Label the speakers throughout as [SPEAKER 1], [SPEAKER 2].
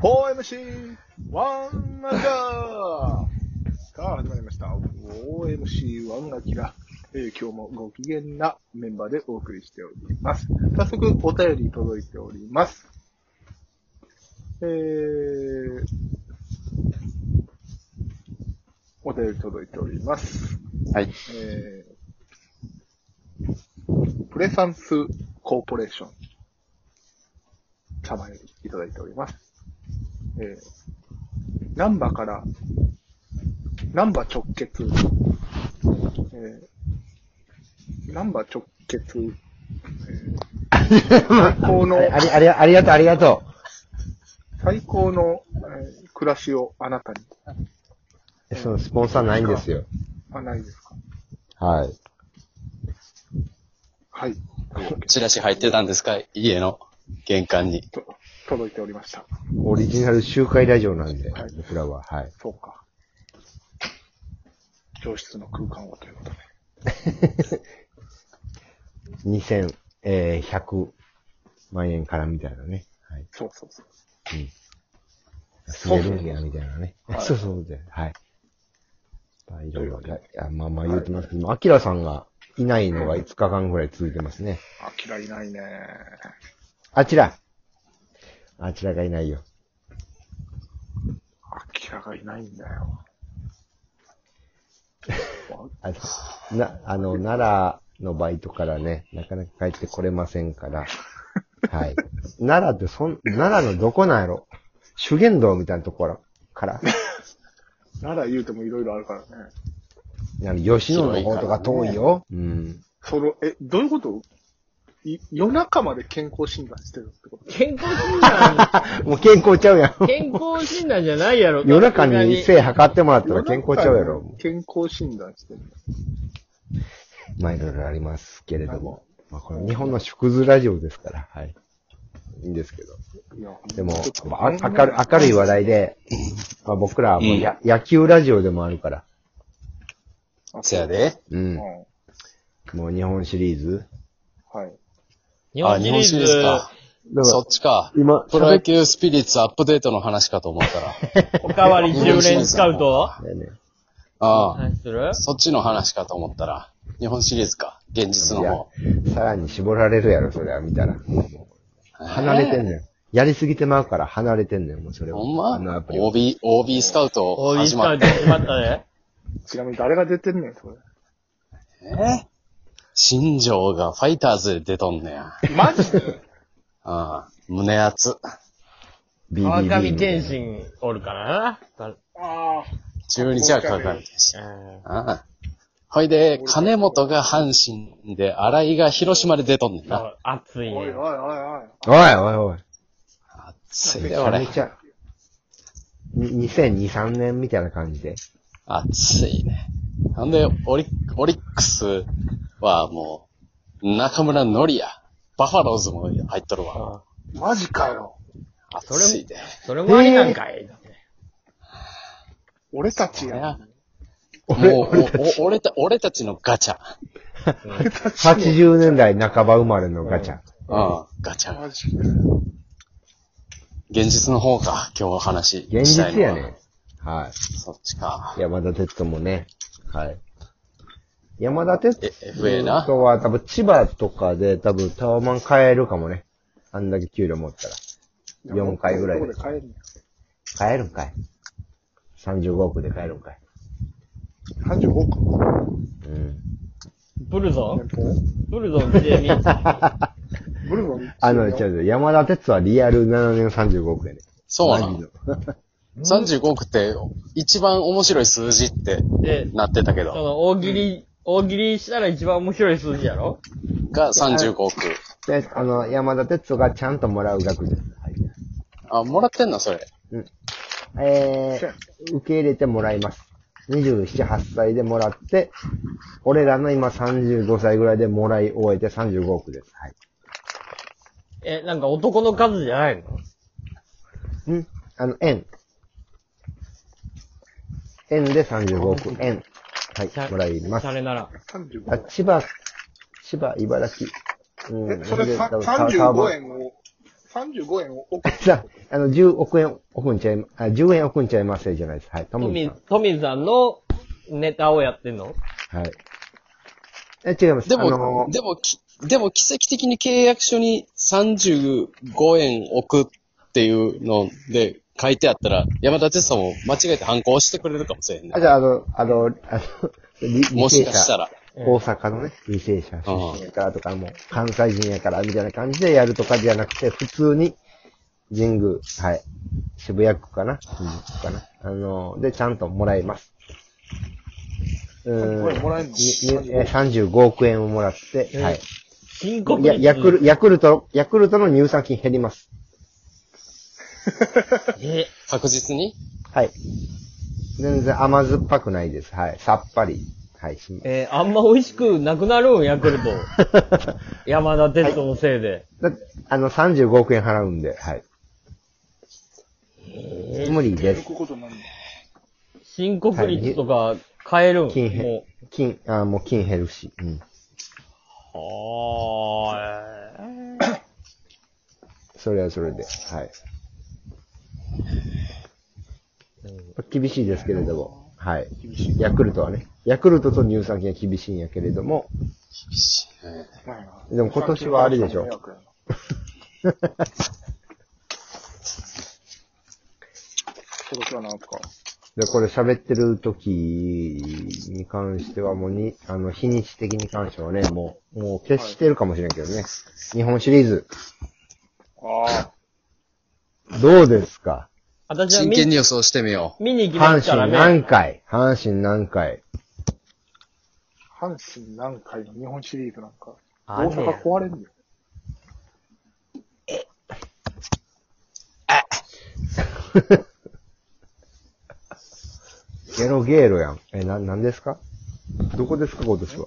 [SPEAKER 1] 4MC ワンアキラさあ、始まりました。4MC ワンアキラ。えー今日もご機嫌なメンバーでお送りしております。早速、お便り届いております。えー、お便り届いております。
[SPEAKER 2] はい。
[SPEAKER 1] えープレサンスコーポレーション様よりいただいております。えー、難波から、難波直結、えー、難波直結、えー最高の、
[SPEAKER 2] あり、あり、ありがとう、ありがと
[SPEAKER 1] 最高の、えー暮らしをあなたに、
[SPEAKER 2] う。そのスポンサーないんですよ。
[SPEAKER 1] あ、ないですか
[SPEAKER 2] はい。
[SPEAKER 1] はい。
[SPEAKER 3] チラシ入ってたんですか家の玄関に。
[SPEAKER 1] と届いておりました。
[SPEAKER 2] オリジナル集会ラジオなんで
[SPEAKER 1] はい、
[SPEAKER 2] 僕らは。 はい。
[SPEAKER 1] そうか。教室の空間をということで。
[SPEAKER 2] 2100万円からみたいなね。はい。
[SPEAKER 1] そうそうそう。
[SPEAKER 2] 住めるんや、みたいなね
[SPEAKER 1] はい。
[SPEAKER 2] そうそうそう。はい。まあ、いろいろ
[SPEAKER 1] というこ
[SPEAKER 2] いやまあまあ言ってますけども、アキラさんがいないのが5日間ぐらい続いてますね。
[SPEAKER 1] あ、嫌いないね。
[SPEAKER 2] あちら。あちらがいないよ。
[SPEAKER 1] あきらがいないんだよ。
[SPEAKER 2] あな、あの、奈良のバイトからね、なかなか帰ってこれませんから。はい。奈良ってそん、奈良のどこなんやろ修験道みたいなところから。
[SPEAKER 1] なら言うてもいろいろあるからね。
[SPEAKER 2] あの吉野の方とか遠いよ。うん。
[SPEAKER 1] その、え、どういうことい夜中まで健康診断してるってこと
[SPEAKER 4] 健康診断、
[SPEAKER 2] もう健康ちゃうやん。
[SPEAKER 4] 健康診断じゃないやろ。
[SPEAKER 2] 夜中に
[SPEAKER 4] せ
[SPEAKER 2] 背測ってもらったら健康ちゃうやろ。。
[SPEAKER 1] 健康診断してるんだ。
[SPEAKER 2] まあいろいろありますけれども。まあこれ日本の縮図ラジオですから。はい。いいんですけど。
[SPEAKER 1] いや、
[SPEAKER 2] でも、
[SPEAKER 1] ちょっと
[SPEAKER 2] まあ明る明るい話題で、まあ、僕らはもうや、野球ラジオでもあるから。
[SPEAKER 1] あ
[SPEAKER 3] せや。で。
[SPEAKER 2] う
[SPEAKER 1] うん
[SPEAKER 2] ん。もう日本シリーズ。
[SPEAKER 1] はい。
[SPEAKER 4] 日
[SPEAKER 3] あ、
[SPEAKER 4] 本
[SPEAKER 3] 日
[SPEAKER 4] シ
[SPEAKER 3] 本
[SPEAKER 4] リ
[SPEAKER 3] 酒
[SPEAKER 4] ー
[SPEAKER 3] です
[SPEAKER 4] ズ、
[SPEAKER 3] か。そっちか。
[SPEAKER 2] 今、
[SPEAKER 3] プロ野球スピリッツアップデートの話かと思ったら。
[SPEAKER 4] おかわり10連スカウト
[SPEAKER 3] ああ、
[SPEAKER 4] 何する
[SPEAKER 3] そっちの話かと思ったら。日本シリーズか。現実の方。
[SPEAKER 2] さらに絞られるやろ、それは、見たら。離れてんねん。やりすぎてまうから離れてんねん、もうそれは。
[SPEAKER 3] ほん
[SPEAKER 2] あのア
[SPEAKER 3] ま
[SPEAKER 2] プリは
[SPEAKER 3] ?OB、OB スカウト
[SPEAKER 4] ?OB
[SPEAKER 3] 始
[SPEAKER 4] ス
[SPEAKER 3] ま
[SPEAKER 4] カ
[SPEAKER 3] っ
[SPEAKER 4] ウ
[SPEAKER 3] て
[SPEAKER 4] ト。決まった ね。
[SPEAKER 1] ちなみに誰が出てんねん、それ。
[SPEAKER 3] え新庄がファイターズで出とんねや。
[SPEAKER 1] マジ で
[SPEAKER 3] ああ、胸熱。
[SPEAKER 4] 川
[SPEAKER 2] BBB
[SPEAKER 4] 上
[SPEAKER 2] みたい
[SPEAKER 4] 健
[SPEAKER 2] な。
[SPEAKER 4] 信おるからな。
[SPEAKER 1] ああ。
[SPEAKER 3] 中日はかかるし。
[SPEAKER 4] うん
[SPEAKER 3] ああ。ほいで、金本が阪神で、新井が広島で出とんねん
[SPEAKER 4] そ
[SPEAKER 3] な。
[SPEAKER 4] う熱
[SPEAKER 1] お
[SPEAKER 4] い
[SPEAKER 1] いおい
[SPEAKER 4] ね。
[SPEAKER 1] おいおい。
[SPEAKER 2] おいおいおい。
[SPEAKER 3] 熱いで、
[SPEAKER 2] め
[SPEAKER 3] 俺。
[SPEAKER 2] ちゃめちゃ。に2002、3年みたいな感じで。
[SPEAKER 3] 熱いね。ほんで、オリオリックスはもう、中村のりや。バファローズも入っとるわ。
[SPEAKER 1] マジかよ。
[SPEAKER 3] 熱いで。
[SPEAKER 4] それもありなんかい。
[SPEAKER 1] 俺たち
[SPEAKER 3] い
[SPEAKER 1] や
[SPEAKER 3] や
[SPEAKER 1] ん。
[SPEAKER 3] もう、おお俺た、俺たちのガチャ。
[SPEAKER 2] 80年代半ば生まれのガチャ。
[SPEAKER 3] うん、ガチャ。
[SPEAKER 1] マジで。
[SPEAKER 3] 現実の方か、今日お話し
[SPEAKER 2] 現
[SPEAKER 3] したい
[SPEAKER 2] 実
[SPEAKER 3] の
[SPEAKER 2] や
[SPEAKER 3] は。
[SPEAKER 2] ね。はい。
[SPEAKER 3] そっちか。
[SPEAKER 2] 山田哲人もね。はい。山田哲
[SPEAKER 3] え、FA な。
[SPEAKER 2] 人は多分千葉とかで多分タワマン買えるかもね。あんだけ給料持ったら。4回ぐらい
[SPEAKER 1] ど
[SPEAKER 2] で
[SPEAKER 1] こで帰るんや。
[SPEAKER 2] 買えるんかい。35億で買えるんかい。
[SPEAKER 1] 35か。
[SPEAKER 2] うん。
[SPEAKER 4] ブルゾン
[SPEAKER 1] 年俸
[SPEAKER 4] ブルゾンで見
[SPEAKER 1] ブルボン。
[SPEAKER 2] あの、ちょっと山田哲人はリアル7年35億やね。
[SPEAKER 3] そうな
[SPEAKER 2] マジ
[SPEAKER 3] の
[SPEAKER 2] の。
[SPEAKER 3] 35億って、一番面白い数字って
[SPEAKER 4] て、
[SPEAKER 3] なってたけ
[SPEAKER 4] そ
[SPEAKER 3] ど、
[SPEAKER 4] の大喜利、大喜利したら一番面白い数字やろ
[SPEAKER 3] が35億。
[SPEAKER 2] で、あの、山田哲人がちゃんともらう額です。はい。
[SPEAKER 3] あ、もらってんのそれ。
[SPEAKER 2] えー、受け入れてもらいます。27、8歳でもらって、俺らの今35歳ぐらいでもらい終えて35億です。はい。
[SPEAKER 4] え、なんか男の数じゃないの
[SPEAKER 2] んあの、円。円で35億円。はい、もらいます
[SPEAKER 4] シ。ャレなら。
[SPEAKER 2] あ、
[SPEAKER 1] 35。
[SPEAKER 2] 千葉、千葉、茨城。う
[SPEAKER 1] え、それさ
[SPEAKER 2] 多分タワーマ
[SPEAKER 1] 35
[SPEAKER 2] ン
[SPEAKER 1] 円を35円を送っ
[SPEAKER 2] じゃあ、あの、10億円送んちゃいま、あ、10円送んちゃいますよじゃないです。はい、トミー
[SPEAKER 4] 富、富さんのネタをやってんの
[SPEAKER 2] さん。はい。え、違います。
[SPEAKER 3] でも、
[SPEAKER 2] あのー
[SPEAKER 3] でも、きでも奇跡的に契約書に35円置くっていうので書いてあったら、山田哲さんも間違えて反抗してくれるかもしれんね
[SPEAKER 2] あ、。じゃあ、あの、あの、あの、り
[SPEAKER 3] もしかした。ら。
[SPEAKER 2] 履正社大阪のね、履正社出身やからとか、もう関西人やからみたいな感じでやるとかじゃなくて、普通に、神宮、はい。渋谷区かな新宿かなあのー、で、ちゃんともらいます。うーん。
[SPEAKER 1] これもらえんの
[SPEAKER 2] ににえー35億円をもらって、
[SPEAKER 4] うん
[SPEAKER 2] はい。
[SPEAKER 4] 金庫
[SPEAKER 2] いや、ヤクル、
[SPEAKER 4] ル、
[SPEAKER 2] ヤクルト、ヤクルトの乳酸菌減ります。
[SPEAKER 4] え、
[SPEAKER 3] 確実に
[SPEAKER 2] はい。全然甘酸っぱくないです。はい。さっぱり。はい。 し
[SPEAKER 4] えーあんま美味しくなくなるん、ヤクルト。山田哲人のせいで。
[SPEAKER 2] だあの、35億円払うんで、はい。無理
[SPEAKER 1] て
[SPEAKER 2] で
[SPEAKER 1] る
[SPEAKER 2] す。
[SPEAKER 1] ことになる
[SPEAKER 4] 申告率とか変えるん、
[SPEAKER 2] 金減
[SPEAKER 4] も、
[SPEAKER 2] 金、あもう金減るし。うん。
[SPEAKER 4] う。はーい。
[SPEAKER 2] それはそれで、はい。厳しいですけれども、はい。
[SPEAKER 1] 厳しい。
[SPEAKER 2] ヤクルトはね、ヤクルトと乳酸菌は厳しいんやけれども、
[SPEAKER 1] ないな
[SPEAKER 2] でも 今年はあれ でしょ
[SPEAKER 1] 今年はなんか、
[SPEAKER 2] で、これ喋ってる時に関してはもうに、あの、日にち的に関してはね、もう、もう消してるかもしれんけどね。日本シリーズ、
[SPEAKER 1] あ
[SPEAKER 2] どうですか
[SPEAKER 4] 私は
[SPEAKER 3] 真
[SPEAKER 4] 見
[SPEAKER 3] 剣に予想してみよ
[SPEAKER 4] 見に行きま
[SPEAKER 2] 阪
[SPEAKER 4] すから
[SPEAKER 2] 神
[SPEAKER 4] ね。
[SPEAKER 2] 何回阪神何回
[SPEAKER 1] あ、阪神何回の日本シリーズなんか、
[SPEAKER 4] あ
[SPEAKER 1] 大
[SPEAKER 4] る
[SPEAKER 1] 阪壊れるよ。
[SPEAKER 2] ゲロゲーロやん。え、な、何ですかどこですか今年は。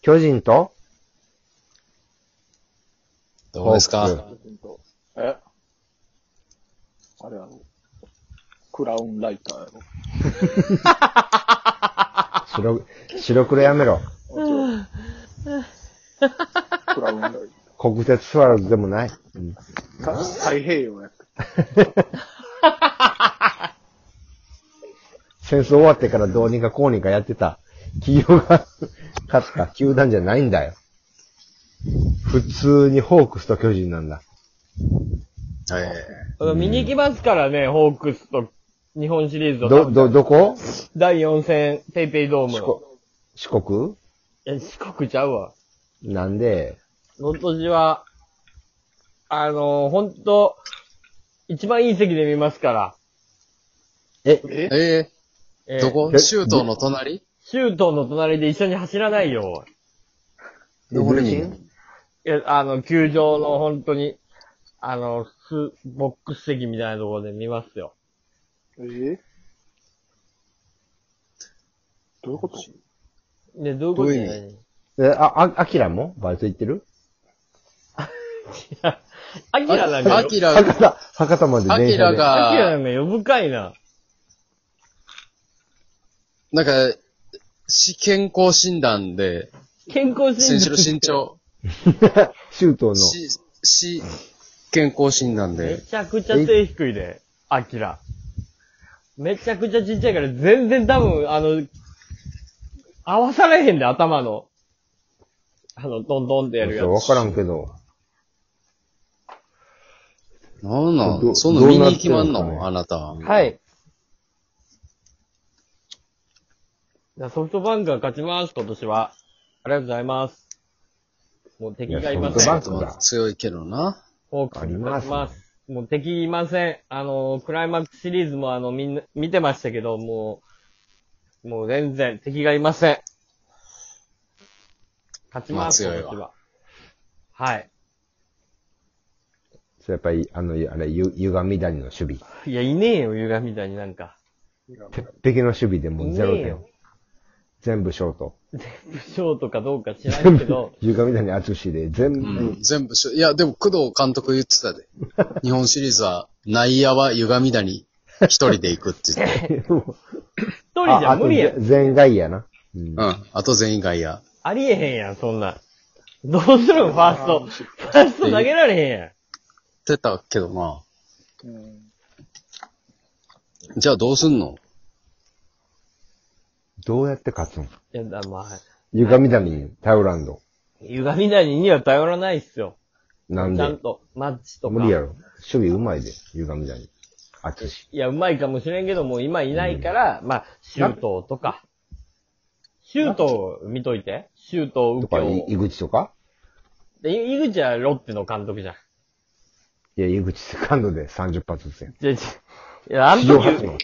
[SPEAKER 2] 巨人と
[SPEAKER 3] う。どうです
[SPEAKER 2] ホー
[SPEAKER 3] か
[SPEAKER 1] えあれやろ。クラウンライターやろ。
[SPEAKER 2] 白、白黒やめろ。
[SPEAKER 1] クラウンライ
[SPEAKER 2] 国鉄スワローズでもない。うん
[SPEAKER 1] タ ー。太平洋やった。
[SPEAKER 2] 戦争終わってからどうにかこうにかやってた企業が勝った球団じゃないんだよ。普通にホークスと巨人なんだ。
[SPEAKER 3] え
[SPEAKER 4] 見に行きますからね、ホークスと日本シリーズ
[SPEAKER 2] ど、
[SPEAKER 4] と。
[SPEAKER 2] ど、どこ
[SPEAKER 4] 第4戦、ペイペイドーム。
[SPEAKER 2] 四国四国
[SPEAKER 4] いや、四国ちゃうわ。
[SPEAKER 2] なんで、
[SPEAKER 4] 今年は、あのー、ほんと、一番いい席で見ますから。
[SPEAKER 2] え、
[SPEAKER 1] え
[SPEAKER 3] ええ
[SPEAKER 4] え
[SPEAKER 3] え
[SPEAKER 4] ー
[SPEAKER 3] どこ
[SPEAKER 2] え
[SPEAKER 3] 周東の隣
[SPEAKER 4] 周東の隣で一緒に走らないよ。
[SPEAKER 3] どこに
[SPEAKER 2] えどっち
[SPEAKER 4] いや、あの、球場の本当に、あの、す、ボックス席みたいなところで見ますよ。
[SPEAKER 1] えどういうこと
[SPEAKER 4] ね、どういうこ
[SPEAKER 3] ど
[SPEAKER 4] と
[SPEAKER 3] ういう意味
[SPEAKER 4] ね。
[SPEAKER 2] え、あ、あ、アキラもバイト行ってる
[SPEAKER 4] アキラなんかよ、
[SPEAKER 3] アキラ、
[SPEAKER 2] 博多、博多まで電
[SPEAKER 3] ア
[SPEAKER 2] 車で。
[SPEAKER 3] キラ
[SPEAKER 4] アキラな
[SPEAKER 3] が、
[SPEAKER 4] んか呼ぶかいな。
[SPEAKER 3] なんか、し健康診断で、
[SPEAKER 4] 健康診
[SPEAKER 3] 選手の
[SPEAKER 4] 断。
[SPEAKER 3] 身長、
[SPEAKER 2] 周東の。
[SPEAKER 3] し、し、健康診断
[SPEAKER 4] め
[SPEAKER 3] で、
[SPEAKER 4] ちゃくちゃ背低いで、アキラ。めちゃくちゃちっちゃいから、全然多分、あの、合わされへんで、頭の。あの、トントンってやるや
[SPEAKER 2] そうわ
[SPEAKER 4] つ。
[SPEAKER 2] からんけど。
[SPEAKER 3] なんな
[SPEAKER 2] ど
[SPEAKER 3] んそんな
[SPEAKER 2] どう
[SPEAKER 3] 見
[SPEAKER 2] なってんのかね
[SPEAKER 3] に行きまんのあなたは。
[SPEAKER 4] はい。じゃあソフトバンクが勝ちます、今年は。ありがとうございます。もう敵がいま
[SPEAKER 2] いやソフト
[SPEAKER 4] せ
[SPEAKER 2] バン
[SPEAKER 4] ん
[SPEAKER 2] ク。
[SPEAKER 3] 強いけどな。
[SPEAKER 4] ホークスに勝ちます。もう敵いません。あの、クライマックスシリーズもあの、みんな、見てましたけど、もう、もう全然敵がいません。勝ちます、
[SPEAKER 3] まあ強い
[SPEAKER 4] 今
[SPEAKER 3] わ
[SPEAKER 4] 年は。はい。
[SPEAKER 2] それやっぱり、あの、あれ、ゆ、歪みだりの守備。
[SPEAKER 4] いや、いねえよ、歪みたいになんか。
[SPEAKER 2] 鉄壁の守備でもうゼロ
[SPEAKER 4] ねえ
[SPEAKER 2] 点
[SPEAKER 4] よ。
[SPEAKER 2] 全部ショート。
[SPEAKER 4] 不祥とかどうか知ら
[SPEAKER 2] 全
[SPEAKER 4] んけ
[SPEAKER 2] 部
[SPEAKER 4] ど、、
[SPEAKER 2] 歪みだり淳で全
[SPEAKER 3] う
[SPEAKER 2] 部
[SPEAKER 3] ん、全部しょ、いや、でも工藤監督言ってたで。日本シリーズは内野は歪みだに一人で行くって言って。
[SPEAKER 4] 一人じゃ無理
[SPEAKER 2] あ。あとぜ
[SPEAKER 4] や
[SPEAKER 2] 全外やな。うん
[SPEAKER 3] うん。あと全員外野。
[SPEAKER 4] ありえへんやん、そんなん。どうするん、ファースト。ファースト投げられへんやん。
[SPEAKER 3] ってたけどな。
[SPEAKER 1] うん。
[SPEAKER 3] じゃあどうすんの
[SPEAKER 2] どうやって勝つん
[SPEAKER 4] いや、だまあ、
[SPEAKER 2] 床みだみに頼らんど。
[SPEAKER 4] 歪みなりには頼らないっすよ。
[SPEAKER 2] なん
[SPEAKER 4] ちゃん
[SPEAKER 2] で
[SPEAKER 4] と、マッチとか。
[SPEAKER 2] 無理やろ。守備うまいで、床みだに。あつし。
[SPEAKER 4] いや、うまいかもしれんけど、もう今いないから、まあ、周東とか。周東を見といて。周東右
[SPEAKER 2] とか、い
[SPEAKER 4] 京。
[SPEAKER 2] 井口とか
[SPEAKER 4] で、井口はロッテの監督じゃん。
[SPEAKER 2] いや、井口セカンドで30発ずつやん。
[SPEAKER 4] じゃじいや、あの
[SPEAKER 2] 史上初
[SPEAKER 4] 時
[SPEAKER 2] の、。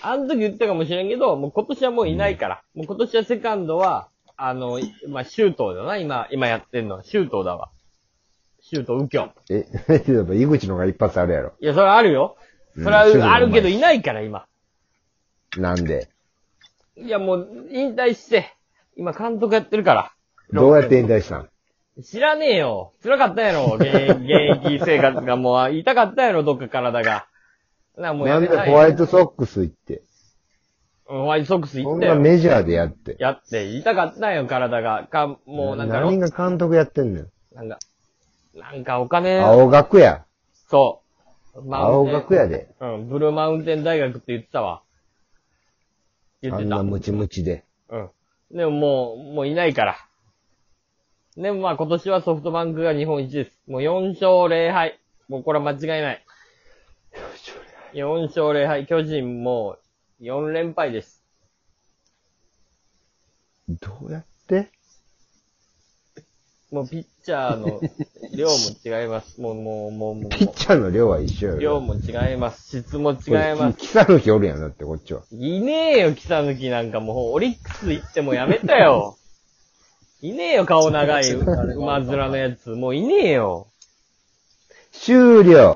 [SPEAKER 4] あの時言ったかもしれんけど、もう今年はもういないから。もう今年はセカンドは、あの、いまあ、周東だな、今、今やってんのは。周東だわ。周東右京。
[SPEAKER 2] え、 やっぱ井口の方が一発あるやろ。
[SPEAKER 4] いや、それはあるよ。それ
[SPEAKER 2] うん周東
[SPEAKER 4] はあるけど、
[SPEAKER 2] うまい
[SPEAKER 4] いないから、今。
[SPEAKER 2] なんで、
[SPEAKER 4] いや、もう、引退して、今監督やってるから。
[SPEAKER 2] どうやって引退したん
[SPEAKER 4] 知らねえよ。辛かったやろ。現役 現役生活がもう、痛かったやろ、どっか体が。な、もう
[SPEAKER 2] な
[SPEAKER 4] や
[SPEAKER 2] ん
[SPEAKER 4] め
[SPEAKER 2] で
[SPEAKER 4] たい
[SPEAKER 2] ホワイトソックス行って。
[SPEAKER 4] うんホワイトソックス行
[SPEAKER 2] こ
[SPEAKER 4] っ
[SPEAKER 2] ん
[SPEAKER 4] た
[SPEAKER 2] な
[SPEAKER 4] よ。
[SPEAKER 2] メジャーでやって。
[SPEAKER 4] やって、痛かったよ、体が。か、もうなんかロ、
[SPEAKER 2] 何が監督やってんのよ。
[SPEAKER 4] なんか、なんかお金、
[SPEAKER 2] 青学や。
[SPEAKER 4] そう。マウン
[SPEAKER 2] 青
[SPEAKER 4] テン
[SPEAKER 2] 学やで。
[SPEAKER 4] うん、ブルーマウンテン大学って言ってたわ。言
[SPEAKER 2] あ
[SPEAKER 4] って
[SPEAKER 2] ん
[SPEAKER 4] た。
[SPEAKER 2] なムチムチで。
[SPEAKER 4] うん。でももう、もういないから。でもまあ今年はソフトバンクが日本一です。もう4勝0敗。もうこれは間違いない。4勝0敗。巨人もう4連敗です。
[SPEAKER 2] どうやって
[SPEAKER 4] もうピッチャーの量も違います。もう、もう、もう、も
[SPEAKER 2] ピッチャーの量は一緒
[SPEAKER 4] う、
[SPEAKER 2] よ。
[SPEAKER 4] 量も違います。質も違い
[SPEAKER 2] こ
[SPEAKER 4] ま
[SPEAKER 2] れ
[SPEAKER 4] す。
[SPEAKER 2] キサルキおるやん、だってこっちは。
[SPEAKER 4] いねえよ、木さぬきなんかもう、オリックス行ってもやめたよ。いねえよ、顔長い、馬面のやつ。もういねえよ。
[SPEAKER 2] 終了